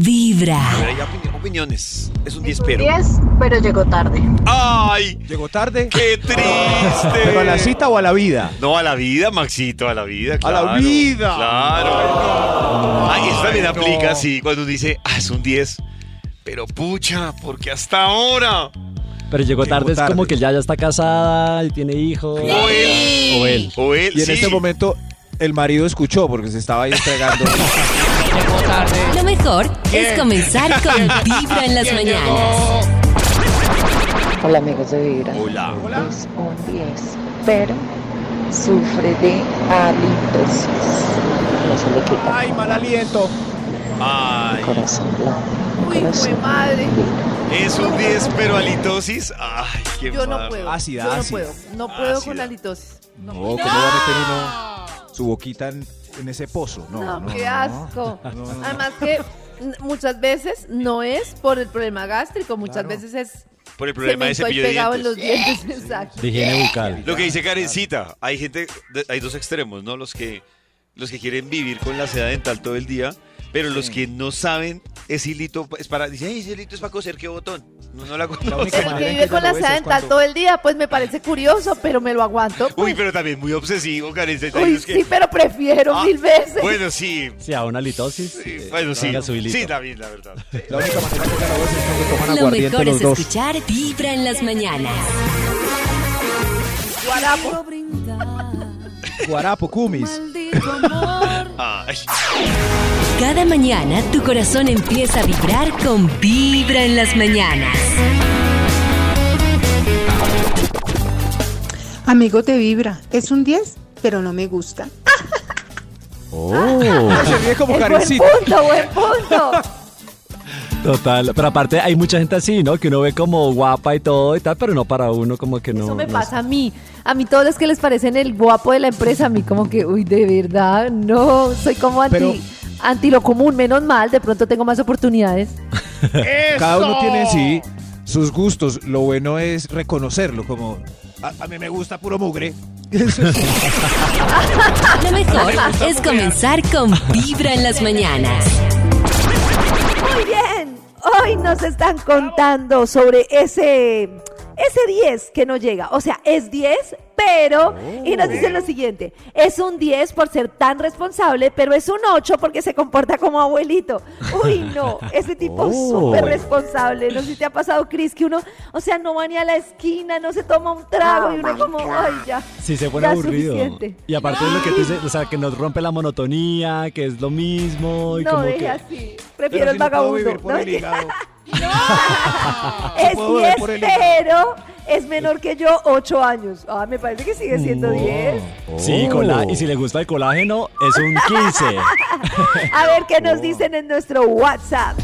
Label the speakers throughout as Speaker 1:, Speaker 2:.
Speaker 1: Vibra.
Speaker 2: A ver, hay opini- opiniones. Es un 10 pero.
Speaker 3: 10, pero llegó tarde.
Speaker 2: ¡Ay!
Speaker 4: Llegó tarde.
Speaker 2: ¡Qué triste!
Speaker 4: ¿Pero a la cita o a la vida?
Speaker 2: No, a la vida, Maxito, a la vida.
Speaker 4: A la
Speaker 2: claro,
Speaker 4: vida.
Speaker 2: Claro. Ay, eso también
Speaker 4: no.
Speaker 2: aplica, sí, cuando uno dice, ah, es un 10. Pero pucha, porque hasta ahora.
Speaker 5: Pero llegó tarde, es
Speaker 4: tarde.
Speaker 5: como que ya, ya está casada y tiene hijos.
Speaker 2: O él.
Speaker 5: O él.
Speaker 2: O él,
Speaker 4: Y en
Speaker 2: sí.
Speaker 4: este momento el marido escuchó porque se estaba ahí entregando.
Speaker 1: Lo mejor es comenzar con Vibra en las mañanas.
Speaker 6: Hola amigos de Vibra.
Speaker 2: Hola.
Speaker 6: Es un 10, pero sufre de alimpresis. No se le quita
Speaker 4: ¡Ay, mal aliento!
Speaker 2: Ay,
Speaker 6: el corazón blando. el corazón.
Speaker 7: madre.
Speaker 2: es un 10, pero halitosis. Ay, qué
Speaker 7: Yo
Speaker 2: mal.
Speaker 7: no puedo.
Speaker 4: Ácida,
Speaker 7: yo no
Speaker 4: ácida.
Speaker 7: puedo. No puedo con
Speaker 2: Ácida.
Speaker 7: la litosis.
Speaker 4: No, ¿cómo va a meter uno su boquita en, en ese pozo? No,
Speaker 7: No,
Speaker 4: no,
Speaker 7: qué
Speaker 4: no.
Speaker 7: asco.
Speaker 4: No, no, no.
Speaker 7: Además que n- muchas veces no es por el problema gástrico, muchas
Speaker 4: Claro.
Speaker 7: veces es
Speaker 2: Por el problema de
Speaker 7: cemento ahí
Speaker 2: cepillo de
Speaker 7: pegado en los
Speaker 2: dientes.
Speaker 7: dientes, exacto.
Speaker 5: De higiene bucal.
Speaker 2: Lo que dice Karencita, hay gente, de- hay dos extremos, ¿no? Los que, los que quieren vivir con la seda dental todo el día, pero los que no saben, ese hilito es para, dicen, "Ay, ese hilito es para coser, qué botón. No, no la
Speaker 4: única
Speaker 2: conozco.
Speaker 7: Pero el
Speaker 4: manera
Speaker 7: que
Speaker 4: en
Speaker 7: vive
Speaker 4: que ella
Speaker 7: con
Speaker 4: lo
Speaker 7: la
Speaker 4: ve
Speaker 7: seda
Speaker 4: es
Speaker 7: dental
Speaker 4: cuando-
Speaker 7: todo el día, pues me parece curioso, pero me lo aguanto.
Speaker 2: Uy,
Speaker 7: pues.
Speaker 2: pero también muy obsesivo, Karencita. hay
Speaker 7: Uy,
Speaker 2: unos que-
Speaker 7: sí, pero prefiero
Speaker 2: Ah,
Speaker 7: mil veces.
Speaker 2: Bueno, sí.
Speaker 5: Sí, a una litosis.
Speaker 2: sí,
Speaker 5: eh,
Speaker 2: bueno, sí.
Speaker 5: haga su hilito.
Speaker 2: Sí, David, la verdad.
Speaker 4: La única manera que ganó es cuando toman
Speaker 1: Lo
Speaker 4: aguardiente
Speaker 1: mejor es
Speaker 4: los dos.
Speaker 1: escuchar Vibra en las mañanas.
Speaker 7: Guarapo.
Speaker 4: Guarapo, cumis.
Speaker 2: Ay.
Speaker 1: Cada mañana tu corazón empieza a vibrar con Vibra en las mañanas.
Speaker 8: Amigos de Vibra, es un 10, pero no me gusta.
Speaker 5: Oh.
Speaker 4: Se ríe como
Speaker 7: Es buen
Speaker 4: Karencita.
Speaker 7: punto, buen punto.
Speaker 5: Total. Pero aparte hay mucha gente así, ¿no? Que uno ve como guapa y todo y tal, pero no para uno, como que no.
Speaker 7: Eso me
Speaker 5: no
Speaker 7: pasa a mí. A mí todos los que les parecen el guapo de la empresa, a mí como que, uy, de verdad, no, soy como anti,
Speaker 4: Pero-
Speaker 7: anti lo común, menos mal, de pronto tengo más oportunidades.
Speaker 4: Cada uno tiene en sí sus gustos. Lo bueno es reconocerlo, como a, a mí me gusta puro mugre.
Speaker 1: Lo mejor es comenzar con Vibra en las mañanas.
Speaker 7: Muy bien, hoy nos están contando sobre ese, ese 10 que no llega, o sea, es 10, pero, y nos dicen lo siguiente, es un 10 por ser tan responsable, pero es un 8 porque se comporta como abuelito. Uy, no, ese tipo es
Speaker 5: Oh.
Speaker 7: súper responsable, no sé si te ha pasado, Cris, que uno, o sea, no va ni a la esquina, no se toma un trago y uno como, ay, ya.
Speaker 5: Sí, se pone
Speaker 7: ya es
Speaker 5: aburrido.
Speaker 7: suficiente.
Speaker 5: Y aparte es lo que tú dices, o sea, que nos rompe la monotonía, que es lo mismo y
Speaker 7: No,
Speaker 5: como
Speaker 7: deje
Speaker 5: que...
Speaker 7: así,
Speaker 4: Pero
Speaker 7: prefiero
Speaker 4: si
Speaker 7: el
Speaker 4: no puedo
Speaker 7: vagabundo.
Speaker 4: vivir por
Speaker 7: No,
Speaker 4: el hígado.
Speaker 7: Es
Speaker 4: Ah, puedo ver
Speaker 7: 10,
Speaker 4: por el hilo.
Speaker 7: pero es menor que yo 8 años. Ah, me parece que sigue siendo 10.
Speaker 5: Sí, cola- y si le gusta el colágeno, es un 15.
Speaker 7: A ver qué nos dicen en nuestro WhatsApp.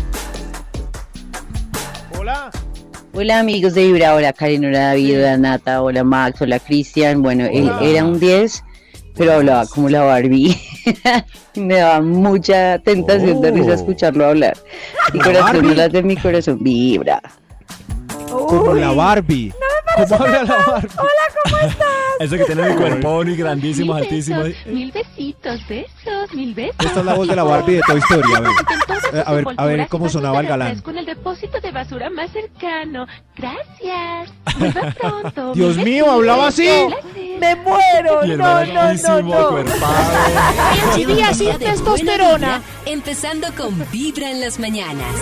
Speaker 6: Hola amigos de Vibra, hola Karen, hola David, hola Nata, hola Max, hola Cristian. Bueno, él era un 10, pero hablaba como la Barbie. Me daba mucha tentación de risa escucharlo hablar. Mi corazón, no las de mi corazón, Vibra.
Speaker 4: Como
Speaker 7: Uy,
Speaker 4: la Barbie. ¿Cómo habla la Barbie?
Speaker 5: Eso que tiene el cuerpo y grandísimo, altísimo.
Speaker 9: mil besitos, besos, mil besos.
Speaker 4: Esta es la voz de la Barbie de Toy Story. A ver, Eh, a ver, a ver cómo sonaba el galán.
Speaker 9: Con el depósito de basura más cercano. Gracias. Vuelva pronto.
Speaker 4: Dios
Speaker 9: Mil
Speaker 4: mío,
Speaker 9: besitos.
Speaker 4: hablaba así.
Speaker 9: Placer.
Speaker 7: me muero.
Speaker 5: Y el
Speaker 7: No, no, no,
Speaker 5: grandísimo,
Speaker 7: no.
Speaker 5: cuerpado.
Speaker 1: Lleva una vida de buena vibra, Empezando con Vibra en las mañanas.